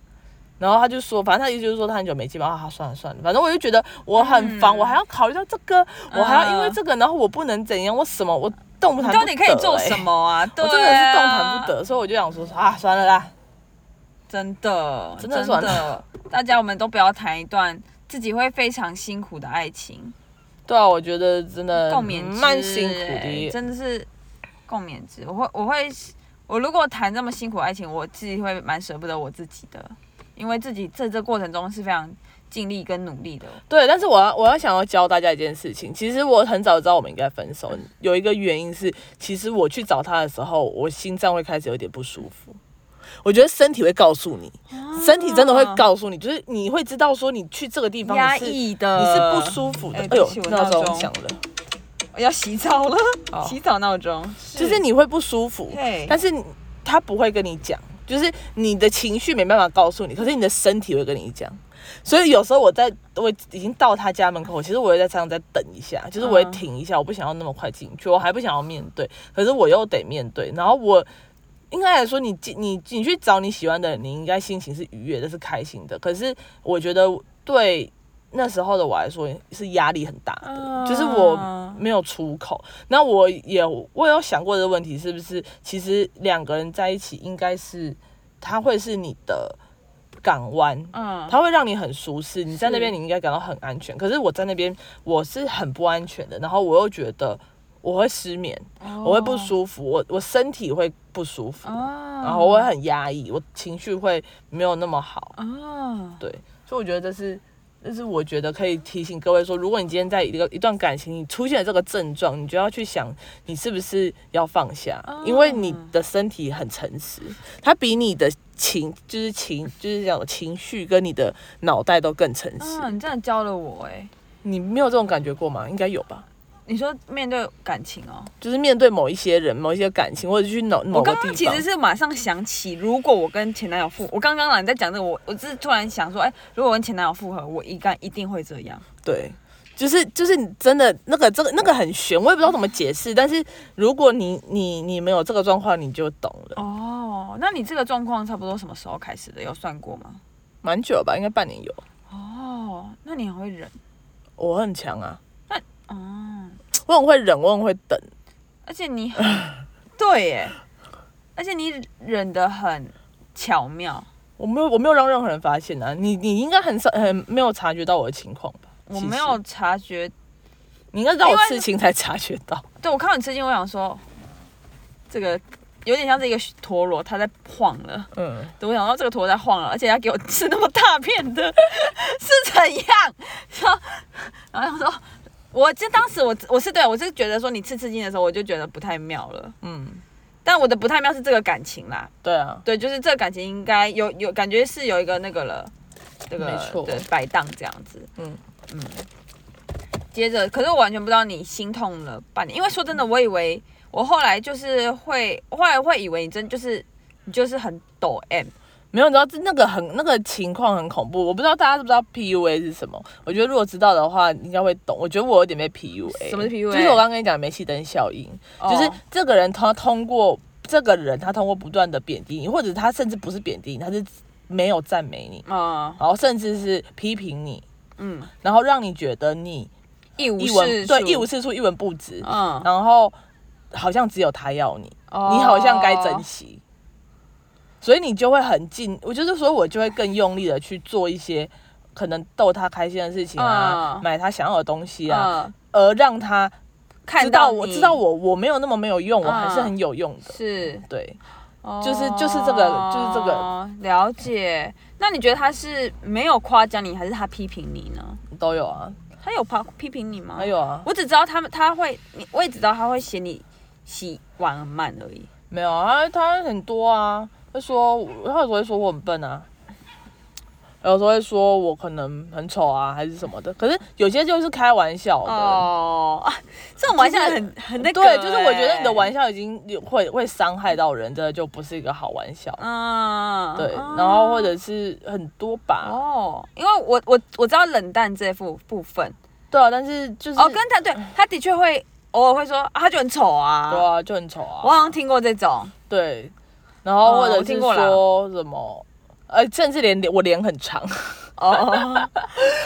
Speaker 1: 然后他就说，反正他意思就是说他很久没见面，啊，算了算了，反正我就觉得我很烦，
Speaker 2: 嗯
Speaker 1: 我还要考虑到这个，我还要因为
Speaker 2: 嗯
Speaker 1: 这个，然后我不能怎样，我什么我动不
Speaker 2: 你
Speaker 1: 弹
Speaker 2: 到
Speaker 1: 不
Speaker 2: 底可以
Speaker 1: 得
Speaker 2: 做
Speaker 1: 欸
Speaker 2: 什么啊？对
Speaker 1: 我
Speaker 2: 啊，
Speaker 1: 真的是动弹不，得，所以我就想说啊，算了啦，
Speaker 2: 真的，
Speaker 1: 真的
Speaker 2: 真的，
Speaker 1: 算
Speaker 2: 大家我们都不要谈一段自己会非常辛苦的爱情，
Speaker 1: 对啊，我觉得真的
Speaker 2: 共勉之、欸，
Speaker 1: 蛮辛苦的，
Speaker 2: 真的是共勉之。我会，我会，我如果谈这么辛苦的爱情，我自己会蛮舍不得我自己的，因为自己在这过程中是非常尽力跟努力的。
Speaker 1: 对，但是我要我要想要教大家一件事情，其实我很早知道我们应该分手，有一个原因是，其实我去找他的时候，我心脏会开始有点不舒服。我觉得身体会告诉你，
Speaker 2: 啊
Speaker 1: 身体真的会告诉你，就是你会知道说你去这个地方
Speaker 2: 压
Speaker 1: 你是
Speaker 2: 抑的，
Speaker 1: 你是不舒服的。
Speaker 2: 哎
Speaker 1: 哎呦
Speaker 2: 对不起，我
Speaker 1: 闹
Speaker 2: 闹
Speaker 1: 钟
Speaker 2: 钟
Speaker 1: 响了，
Speaker 2: 我要洗澡了，
Speaker 1: 好
Speaker 2: 洗澡闹钟，
Speaker 1: 就是你会不舒服
Speaker 2: 嘿，
Speaker 1: 但是你他不会跟你讲，就是你的情绪没办法告诉你，可是你的身体会跟你讲。所以有时候我在我已经到他家门口，其实我也在车上再等一下，就是我也
Speaker 2: 嗯
Speaker 1: 停一下，我不想要那么快进去，我还不想要面对，可是我又得面对。然后我应该来说你，进你你去找你喜欢的人，你应该心情是愉悦的，是开心的。可是我觉得对那时候的我来说是压力很大的，
Speaker 2: 嗯
Speaker 1: 就是我没有出口。那我也我有想过这个问题，是不是其实两个人在一起应该是他会是你的港湾，
Speaker 2: 嗯，
Speaker 1: 它会让你很舒适，你在那边
Speaker 2: 是
Speaker 1: 你应该感到很安全。可是我在那边我是很不安全的，然后我又觉得我会失眠，
Speaker 2: 哦
Speaker 1: 我会不舒服，我我身体会不舒服，
Speaker 2: 啊，
Speaker 1: 然后我会很压抑，我情绪会没有那么好。
Speaker 2: 啊，
Speaker 1: 对，所以我觉得这是，这是我觉得可以提醒各位说，如果你今天在一个一段感情，你出现了这个症状，你就要去想，你是不是要放下，
Speaker 2: 哦
Speaker 1: 因为你的身体很诚实，它比你的情就是情就是讲情绪跟你的脑袋都更诚实。
Speaker 2: 嗯，你真的教了我哎、
Speaker 1: 你没有这种感觉过吗？应该有吧。
Speaker 2: 你说面对感情哦，
Speaker 1: 就是面对某一些人、某一些感情，或者去某某
Speaker 2: 我
Speaker 1: 个
Speaker 2: 刚
Speaker 1: 地
Speaker 2: 刚
Speaker 1: 方，
Speaker 2: 其实是马上想起，如果我跟前男友复，我刚刚啊你在讲这个，我我只是突然想说，哎、如果我跟前男友复合，我一干一定会这样。
Speaker 1: 对，就是就是你真的那个这个那个很悬，我也不知道怎么解释。但是如果你你你没有这个状况，你就懂了，
Speaker 2: 哦，那你这个状况差不多什么时候开始的？有算过吗？
Speaker 1: 蛮久了吧，应该半年有。
Speaker 2: 哦，那你很会忍
Speaker 1: 我很强啊，
Speaker 2: 哦，
Speaker 1: 我很会忍，我很会等。
Speaker 2: 而且你 很对耶，而且你忍得很巧妙。
Speaker 1: 我没有我没有让任何人发现啊，你你应该很少很没有察觉到我的情况吧？
Speaker 2: 我
Speaker 1: 其
Speaker 2: 没
Speaker 1: 实
Speaker 2: 有，察觉，
Speaker 1: 你应该到我
Speaker 2: 因为
Speaker 1: 刺青才察觉到。
Speaker 2: 对我看到你吃惊，我想说，这个有点像是一个陀螺，它在晃了。
Speaker 1: 嗯，
Speaker 2: 对，我想到这个坨在晃了，而且他给我吃那么大片的， 是怎样？然后，然后想说，我这当时我我是对我是觉得说你吃刺激的时候，我就觉得不太妙了。
Speaker 1: 嗯，
Speaker 2: 但我的不太妙是这个感情啦，
Speaker 1: 对啊，
Speaker 2: 对，就是这个感情应该有有感觉是有一个那个了，这个
Speaker 1: 没错
Speaker 2: 对摆荡这样子。
Speaker 1: 嗯
Speaker 2: 接着，可是我完全不知道你心痛了半年，因为说真的，我以为我后来就是会，我后来会以为你真就是你就是很抖 M，
Speaker 1: 没有，你知道这那个很那个情况很恐怖，我不知道大家知不知道 PUA 是什么。我觉得如果知道的话，应该会懂。我觉得我有点被 PUA。
Speaker 2: 什么是 PUA
Speaker 1: 就是我刚刚跟你讲的煤气灯效应，
Speaker 2: 哦
Speaker 1: 就是这个人他通过这个人他通过不断的贬低你，或者他甚至不是贬低你，他是没有赞美你，
Speaker 2: 嗯
Speaker 1: 然后甚至是批评你，
Speaker 2: 嗯，
Speaker 1: 然后让你觉得你
Speaker 2: 一无
Speaker 1: 一文
Speaker 2: 是
Speaker 1: 对
Speaker 2: 处
Speaker 1: 一无是处，一文不值，
Speaker 2: 嗯，
Speaker 1: 然后好像只有他要你。
Speaker 2: 哦
Speaker 1: 你好像该珍惜，所以你就会很尽。我就是说，我就会更用力的去做一些可能逗他开心的事情啊，
Speaker 2: 嗯
Speaker 1: 买他想要的东西啊，
Speaker 2: 嗯，
Speaker 1: 而让他
Speaker 2: 看
Speaker 1: 知道
Speaker 2: 到
Speaker 1: 我
Speaker 2: 你
Speaker 1: 知道我我没有那么没有用，我
Speaker 2: 嗯
Speaker 1: 还是很有用的。
Speaker 2: 是，
Speaker 1: 对，
Speaker 2: 哦
Speaker 1: 就是就是这个就是这个
Speaker 2: 了解。那你觉得他是没有夸奖你，还是他批评你呢？
Speaker 1: 都有啊，
Speaker 2: 他有批批评你吗？
Speaker 1: 还，有啊，
Speaker 2: 我只知道他们他会，你我也只知道他会嫌你洗碗很慢而已。
Speaker 1: 没有啊，他他很多啊，他说他有时候会说我很笨啊。有时候会说我可能很丑啊，还是什么的。可是有些就是开玩笑的，
Speaker 2: 哦， 啊，这种玩笑
Speaker 1: 就是
Speaker 2: 很、很那个、
Speaker 1: 对，就是我觉得你的玩
Speaker 2: 笑，
Speaker 1: 笑已经有会会伤害到人，真的就不是一个好玩笑。
Speaker 2: 嗯，
Speaker 1: 对，
Speaker 2: 嗯
Speaker 1: 然后或者是很多吧，
Speaker 2: 哦，因为我我我知道冷淡这部部分，
Speaker 1: 对啊，但是就是
Speaker 2: 哦，跟他对他的确会偶尔会说啊，他就很丑啊，
Speaker 1: 对啊就很丑
Speaker 2: 我
Speaker 1: 啊，
Speaker 2: 好像听过这种，
Speaker 1: 对，然后或
Speaker 2: 哦
Speaker 1: 者
Speaker 2: 我
Speaker 1: 是
Speaker 2: 听过啦
Speaker 1: 说什么呃，甚至连我脸很长。
Speaker 2: 哦，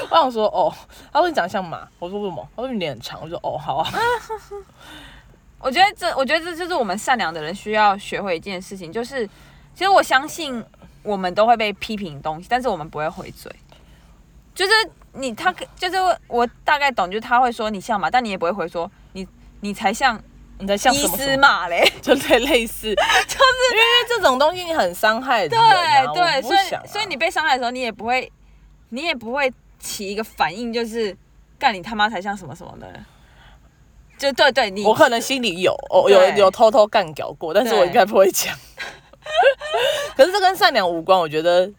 Speaker 1: 我想说哦，他说你长得像马，我说为什么？他说你脸很长，我说哦好啊，
Speaker 2: 我觉得这，我觉得这就是我们善良的人需要学会一件事情，就是其实我相信我们都会被批评东西，但是我们不会回嘴。就是你他就是我大概懂，就是他会说你像马，但你也不会回说你你才像
Speaker 1: 你在像
Speaker 2: 伊
Speaker 1: 什么
Speaker 2: 斯
Speaker 1: 什么？
Speaker 2: 马嘞。
Speaker 1: 就类类似，就是因为这种东西你很伤害人、啊，
Speaker 2: 对
Speaker 1: 我
Speaker 2: 对，
Speaker 1: 不
Speaker 2: 所
Speaker 1: 想啊
Speaker 2: 以所以你被伤害的时候，你也不会，你也不会起一个反应，就是干你他妈才像什么什么的，就对对，你
Speaker 1: 我可能心里有哦，有
Speaker 2: 对
Speaker 1: 有偷偷干掉过，但是
Speaker 2: 对
Speaker 1: 我应该不会讲。 可是这跟善良无关，我觉得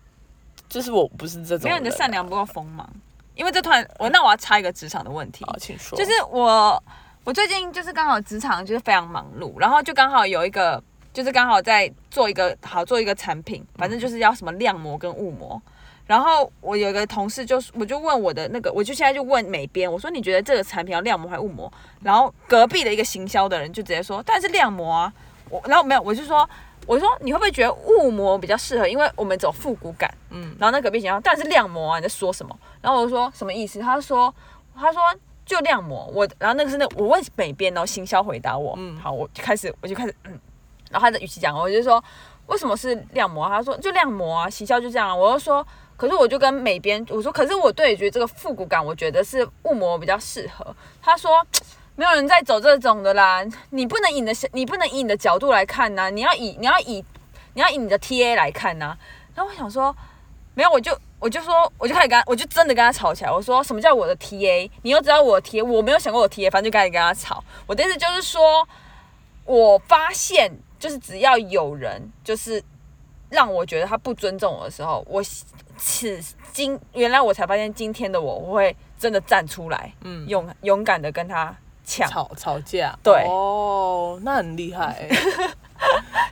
Speaker 1: 就是我不是这种人。啊
Speaker 2: 没有你的善良不够锋芒，因为这突然我那我要插一个职场的问题，
Speaker 1: 好，请说。
Speaker 2: 就是我我最近就是刚好职场就是非常忙碌，然后就刚好有一个就是刚好在做一个好做一个产品，反正就是要什么亮膜跟雾膜。然后我有一个同事就是，我就问我的那个，我就现在就问美编，我说你觉得这个产品要亮膜还是雾膜？然后隔壁的一个行销的人就直接说，但是亮膜啊。我然后没有，我就说，我说你会不会觉得雾膜比较适合？因为我们走复古感，
Speaker 1: 嗯，
Speaker 2: 然后那隔壁讲，但是亮膜啊，你在说什么？然后我就说什么意思？他说，他说就亮膜。我，然后那个是那我问北边，然后行销回答我，
Speaker 1: 嗯
Speaker 2: 好，我就开始我就开始，嗯，然后他的语气讲，我就说为什么是亮膜啊？他说就亮膜啊，行销就这样啊。我就说，可是我就跟美编我说，可是我对于觉得这个复古感，我觉得是雾膜比较适合。他说。没有人在走这种的啦，你不能以你的你不能以你的角度来看呐、你要以你要以你要以你的 TA 来看呐、然后我想说，没有，我就我就说，我就开始跟他，我就真的跟他吵起来。我说什么叫我的 TA？你又知道我的 TA，我没有想过我的 TA，反正就开始跟他吵。我的意思就是说，我发现就是只要有人就是让我觉得他不尊重我的时候，我此今原来我才发现今天的我，我会真的站出来，
Speaker 1: 嗯
Speaker 2: 勇勇敢的跟他抢。
Speaker 1: 吵吵架，
Speaker 2: 对
Speaker 1: 哦，那很厉害欸、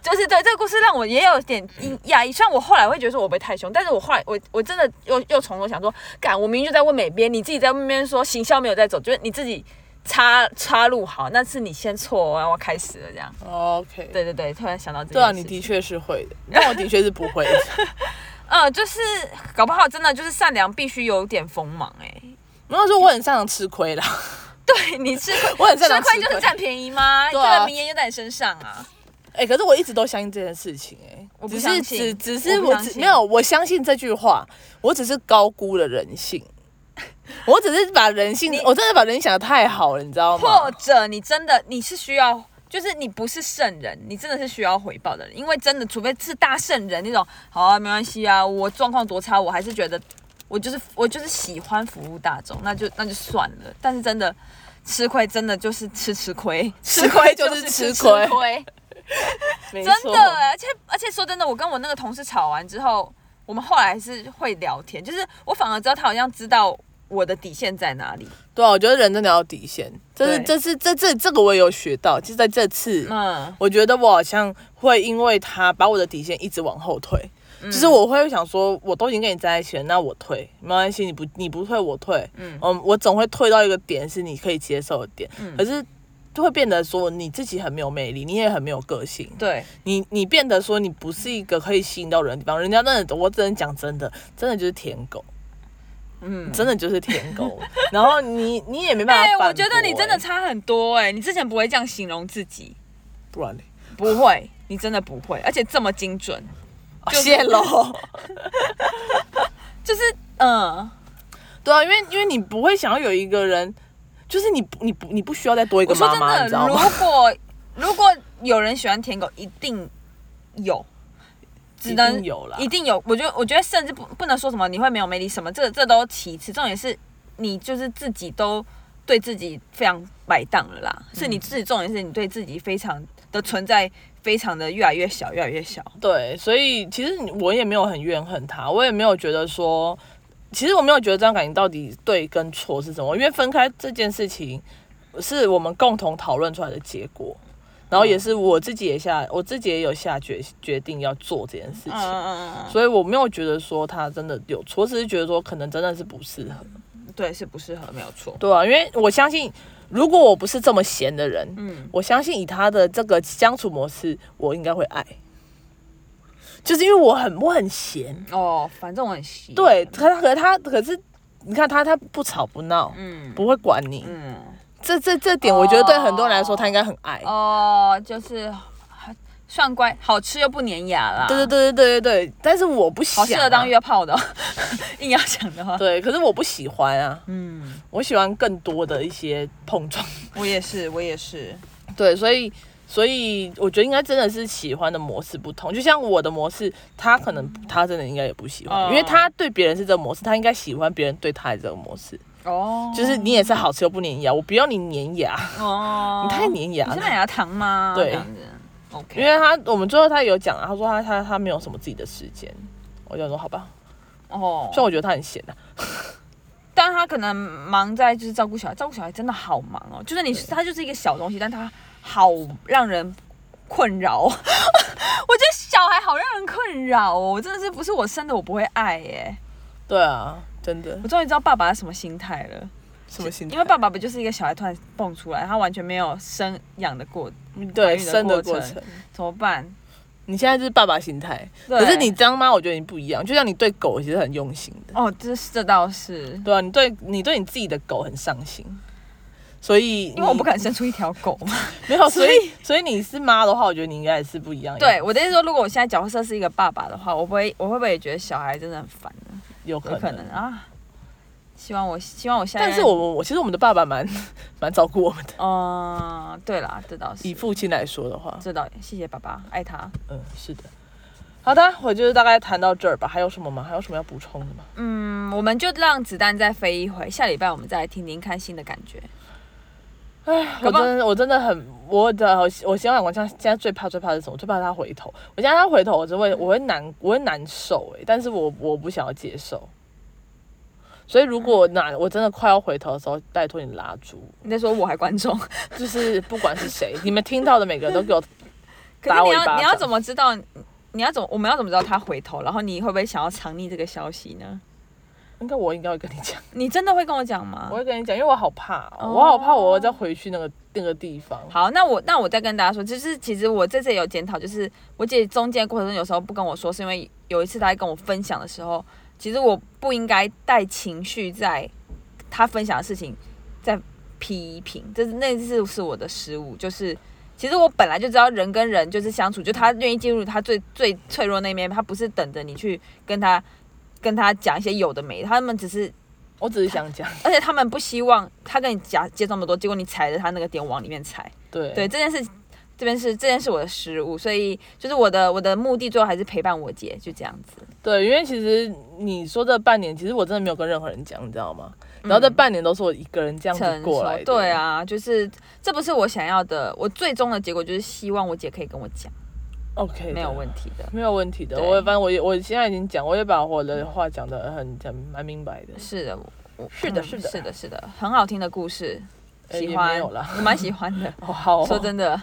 Speaker 2: 就是对这个故事让我也有点惊讶
Speaker 1: 嗯
Speaker 2: 异，虽然我后来会觉得说我被太凶，但是我后来我我真的又又从头想说，干我明明就在问美编，你自己在那边说行销没有在走，就是你自己插插入好，那是你先错，啊然后我开始了这样。
Speaker 1: OK，
Speaker 2: 对对对，突然想到这件
Speaker 1: 对啊，
Speaker 2: 事
Speaker 1: 你
Speaker 2: 情
Speaker 1: 的确是会的，但我的确是不会的。
Speaker 2: 呃，就是搞不好真的就是善良必须有点锋芒哎、
Speaker 1: 然后说我很擅长吃亏啦，
Speaker 2: 对，你吃亏，
Speaker 1: 我很擅
Speaker 2: 吃
Speaker 1: 长吃
Speaker 2: 亏
Speaker 1: 亏
Speaker 2: 就是占便宜吗？
Speaker 1: 对啊
Speaker 2: 这个名言就在你身上啊。
Speaker 1: 哎、可是我一直都相信这件事情、哎，
Speaker 2: 我不
Speaker 1: 只
Speaker 2: 相
Speaker 1: 是
Speaker 2: 信
Speaker 1: 只只是
Speaker 2: 我不
Speaker 1: 我
Speaker 2: 相
Speaker 1: 只
Speaker 2: 信
Speaker 1: 没有，我相信这句话，我只是高估了人性，我只是把人性
Speaker 2: 你，
Speaker 1: 我真的把人性想的太好了，你知道吗
Speaker 2: 或？者你真的你是需要，就是你不是圣人，你真的是需要回报的人，因为真的，除非是大圣人那种，好啊，没关系啊，我状况多差，我还是觉得我就是 我就是喜欢服务大众，那就那就算了。但是真的吃亏，真的就是吃吃亏，
Speaker 1: 吃亏就是吃亏
Speaker 2: 亏
Speaker 1: 真
Speaker 2: 真的，欸而且而且说真的，我跟我那个同事吵完之后，我们后来还是会聊天，就是我反而知道他好像知道我的底线在哪里。
Speaker 1: 对啊，我觉得人真的要有底线，这是
Speaker 2: 对
Speaker 1: 这是这这这个我也有学到，就在这次，
Speaker 2: 嗯，
Speaker 1: 我觉得我好像会因为他把我的底线一直往后推，
Speaker 2: 嗯
Speaker 1: 就是我会想说，我都已经跟你在一起了，那我退没关系，你不你不退我退，嗯
Speaker 2: 嗯
Speaker 1: 我总会退到一个点是你可以接受的点，可是。就会变得说你自己很没有魅力，你也很没有个性，
Speaker 2: 对。
Speaker 1: 你你变得说你不是一个可以吸引到人的地方，人家真的，我只能讲真的，真的就是舔狗，
Speaker 2: 嗯
Speaker 1: 真的就是舔狗，然后你你也没办法反驳、
Speaker 2: 我觉得你真的
Speaker 1: 哎
Speaker 2: 差很多哎、你之前不会这样形容自己，
Speaker 1: 不然嘞，
Speaker 2: 不会，你真的不会，而且这么精准，
Speaker 1: 哦
Speaker 2: 就是
Speaker 1: 谢喽。
Speaker 2: 就是嗯，
Speaker 1: 对啊，因为因为你不会想要有一个人，就是你不你不你不需要再多一个
Speaker 2: 我说
Speaker 1: 妈
Speaker 2: 真
Speaker 1: 妈，你
Speaker 2: 的，
Speaker 1: 知道
Speaker 2: 如
Speaker 1: 吗？
Speaker 2: 果如果有人喜欢舔狗，一定有。只
Speaker 1: 一
Speaker 2: 能
Speaker 1: 定有啦
Speaker 2: 一定有。我觉得，我觉得甚至不不能说什么你会没有魅力什么，这个这都其次，重点是你就是自己都对自己非常摆荡了啦，是
Speaker 1: 嗯
Speaker 2: 你自己重点是你对自己非常的存在非常的越来越小，越来越小。
Speaker 1: 对，所以其实你我也没有很怨恨他，我也没有觉得说，其实我没有觉得这段感情到底对跟错是什么，因为分开这件事情是我们共同讨论出来的结果，然后也
Speaker 2: 嗯
Speaker 1: 是我自己也下我自己也有下决决定要做这件事情，
Speaker 2: 嗯嗯嗯嗯嗯，
Speaker 1: 所以我没有觉得说他真的有错，我只是觉得说可能真的是不适合。
Speaker 2: 对，是不适合，没有错。
Speaker 1: 对啊，因为我相信，如果我不是这么闲的人，
Speaker 2: 嗯
Speaker 1: 我相信以他的这个相处模式，我应该会爱。就是因为我很我很闲，
Speaker 2: 哦，反正我很闲。
Speaker 1: 对，，可可是他可是你看他他不吵不闹，
Speaker 2: 嗯
Speaker 1: 不会管你，
Speaker 2: 嗯，
Speaker 1: 这这这点我觉得对很多人来说他应该很爱。
Speaker 2: 哦，就是算乖，好吃又不粘牙啦。
Speaker 1: 对对，对对对对对，但是我不想、
Speaker 2: 好
Speaker 1: 啊，
Speaker 2: 适合当约炮的哦， 硬要想的话。
Speaker 1: 对，可是我不喜欢啊，
Speaker 2: 嗯，
Speaker 1: 我喜欢更多的一些碰撞。
Speaker 2: 我也是，我也是。
Speaker 1: 对，所以所以我觉得应该真的是喜欢的模式不同。就像我的模式，他可能他真的应该也不喜欢，
Speaker 2: 嗯
Speaker 1: 因为他对别人是这个模式，他应该喜欢别人对他的这个模式。
Speaker 2: 哦，
Speaker 1: 就是你也是好吃又不粘牙，我不要你粘牙，
Speaker 2: 哦，
Speaker 1: 你太粘牙
Speaker 2: 你是
Speaker 1: 了。
Speaker 2: 麦芽糖吗？
Speaker 1: 对
Speaker 2: 这样子，OK。
Speaker 1: 因为他我们最后他有讲啊，他说他他他没有什么自己的时间，我就说好吧，
Speaker 2: 哦
Speaker 1: 虽，然我觉得他很闲啊，
Speaker 2: 但他可能忙在就是照顾小孩，照顾小孩真的好忙哦。就是你，他就是一个小东西，但他好让人困扰 哦。我觉得小孩好让人困扰哦，真的是不是我生的我不会爱耶。
Speaker 1: 对啊，真的
Speaker 2: 我终于知道爸爸是什么心态了，
Speaker 1: 什么心态？
Speaker 2: 因为爸爸不就是一个小孩突然蹦出来，他完全没有生养的过，怀
Speaker 1: 对
Speaker 2: 孕的
Speaker 1: 生的
Speaker 2: 过
Speaker 1: 过
Speaker 2: 程
Speaker 1: 程，
Speaker 2: 怎么办？
Speaker 1: 你现在是爸爸心态，
Speaker 2: 对
Speaker 1: 可是你当妈，我觉得你不一样，就像你对狗其实很用心的，
Speaker 2: 哦，这是这倒是，
Speaker 1: 对啊，你对你对你自己的狗很上心，所以
Speaker 2: 因为我不
Speaker 1: 敢
Speaker 2: 敢生出一条狗嘛。
Speaker 1: 没有，所以所以你是妈的话，我觉得你应该也是不一样，
Speaker 2: 对，我的意思是说，如果我现在角色是一个爸爸的话，我不会，我会不会也觉得小孩真的很烦呢？
Speaker 1: 有可
Speaker 2: 有
Speaker 1: 能。
Speaker 2: 可能啊。希望我，希望我现在。
Speaker 1: 但是我，我我其实我们的爸爸蛮蛮照顾我们的，
Speaker 2: 嗯、对啦，这倒
Speaker 1: 以
Speaker 2: 是，
Speaker 1: 父亲来说的话，
Speaker 2: 这倒谢谢爸爸，爱他。
Speaker 1: 嗯，是的。好的，我就是大概谈到这儿吧。还有什么吗？还有什么要补充的吗？
Speaker 2: 嗯，我们就让子弹再飞一回，下礼拜我们再来听听看新的感觉。
Speaker 1: 哎，
Speaker 2: 搞
Speaker 1: 我
Speaker 2: 不好
Speaker 1: 真的我真的很，我的我我希望我像现在最怕最怕是什么？最怕他回头。我现在他回头，我就会我会难我会难受哎、但是我我不想要接受。所以如果哪我真的快要回头的时候，拜托你拉住我，
Speaker 2: 你在说我还观 众，
Speaker 1: 就是不管是谁，你们听到的每个人都给我
Speaker 2: 可
Speaker 1: 打
Speaker 2: 是你
Speaker 1: 我一巴
Speaker 2: 要
Speaker 1: 掌
Speaker 2: 你要怎么知道？你要怎么我们要怎么知道他回头？然后你会不会想要藏匿这个消息呢？
Speaker 1: 应该我应该会跟你讲，
Speaker 2: 你真的会跟我讲吗？
Speaker 1: 我会跟你讲，因为我好怕哦、
Speaker 2: 哦
Speaker 1: 我好怕我再回去那个那个地方。
Speaker 2: 好，那我那我再跟大家说，就是其实我这次也有检讨，就是我姐中间过程中有时候不跟我说，是因为有一次她在跟我分享的时候，其实我不应该带情绪在她分享的事情在批评，这是那次是我的失误，就是。其实我本来就知道人跟人就是相处，就她愿意进入她最最脆弱那面，她不是等着你去跟她跟她讲一些有的没的，他们只是
Speaker 1: 我只是想讲，
Speaker 2: 而且他们不希望她跟你讲接这么多，结果你踩着她那个点往里面踩，
Speaker 1: 对
Speaker 2: 对这件事，这边是这件事我的失误，所以就是我的我的目的最后还是陪伴我姐，就这样子。
Speaker 1: 对，因为其实你说这半年，其实我真的没有跟任何人讲，你知道吗？嗯然后这半年都是我一个人这样子
Speaker 2: 成
Speaker 1: 过
Speaker 2: 熟
Speaker 1: 来的。
Speaker 2: 嗯对，啊，就是这不是我想要的，我最终的结果就是希望我姐可以跟我讲，
Speaker 1: ，OK，的
Speaker 2: 没有问题的。
Speaker 1: 没有问题的。
Speaker 2: 对
Speaker 1: 我也反正我也我现在已经讲，我也把我的话讲得很很蛮明白的。
Speaker 2: 是的，我我
Speaker 1: 是的
Speaker 2: 嗯
Speaker 1: 是的
Speaker 2: 是的，是的，很好听的故事，
Speaker 1: 呃
Speaker 2: 喜
Speaker 1: 也
Speaker 2: 欢，
Speaker 1: 没有啦
Speaker 2: 我蛮喜欢的。
Speaker 1: 哦，好哦
Speaker 2: 说真的，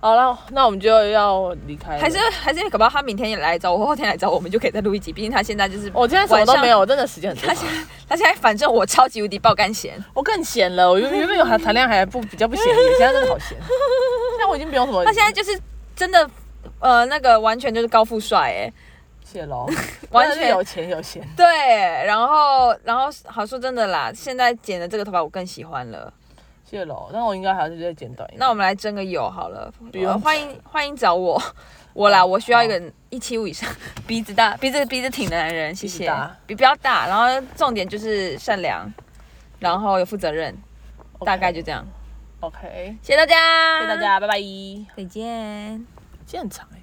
Speaker 1: 好了，那我们就要离开了。
Speaker 2: 还是还是搞不好他明天也来找我，后天来找我，我们就可以再录一集。毕竟他现在就是，
Speaker 1: 哦我今天什么
Speaker 2: 晚上
Speaker 1: 都没有，我真的时间很多
Speaker 2: 他。现在他现在反正我超级无敌爆肝闲，
Speaker 1: 我更闲了，我原原本有还谈恋爱还不比较不闲，现在真的好 闲。现在我已经不用什么，
Speaker 2: 他现在就是真的，呃，那个完全就是高富帅哎、
Speaker 1: 谢 喽，
Speaker 2: 完
Speaker 1: 真的
Speaker 2: 全
Speaker 1: 是有钱有闲。
Speaker 2: 对，然后然后好说真的啦，现在剪的这个头发我更喜欢了。
Speaker 1: 谢喽，那我应该还是再剪短一点。
Speaker 2: 那我们来征个友好了，
Speaker 1: 不用
Speaker 2: 呃欢迎欢迎找我， 我啦，我需要一个一七五以上，鼻子大鼻子鼻子挺的男人，谢
Speaker 1: 鼻子
Speaker 2: 谢
Speaker 1: 大，
Speaker 2: 比比较大，然后重点就是善良，然后有负责任，
Speaker 1: OK
Speaker 2: 大概就这样，
Speaker 1: OK，
Speaker 2: 谢谢大家，
Speaker 1: 谢谢大，家，拜拜。
Speaker 2: 再见。
Speaker 1: 现场哎、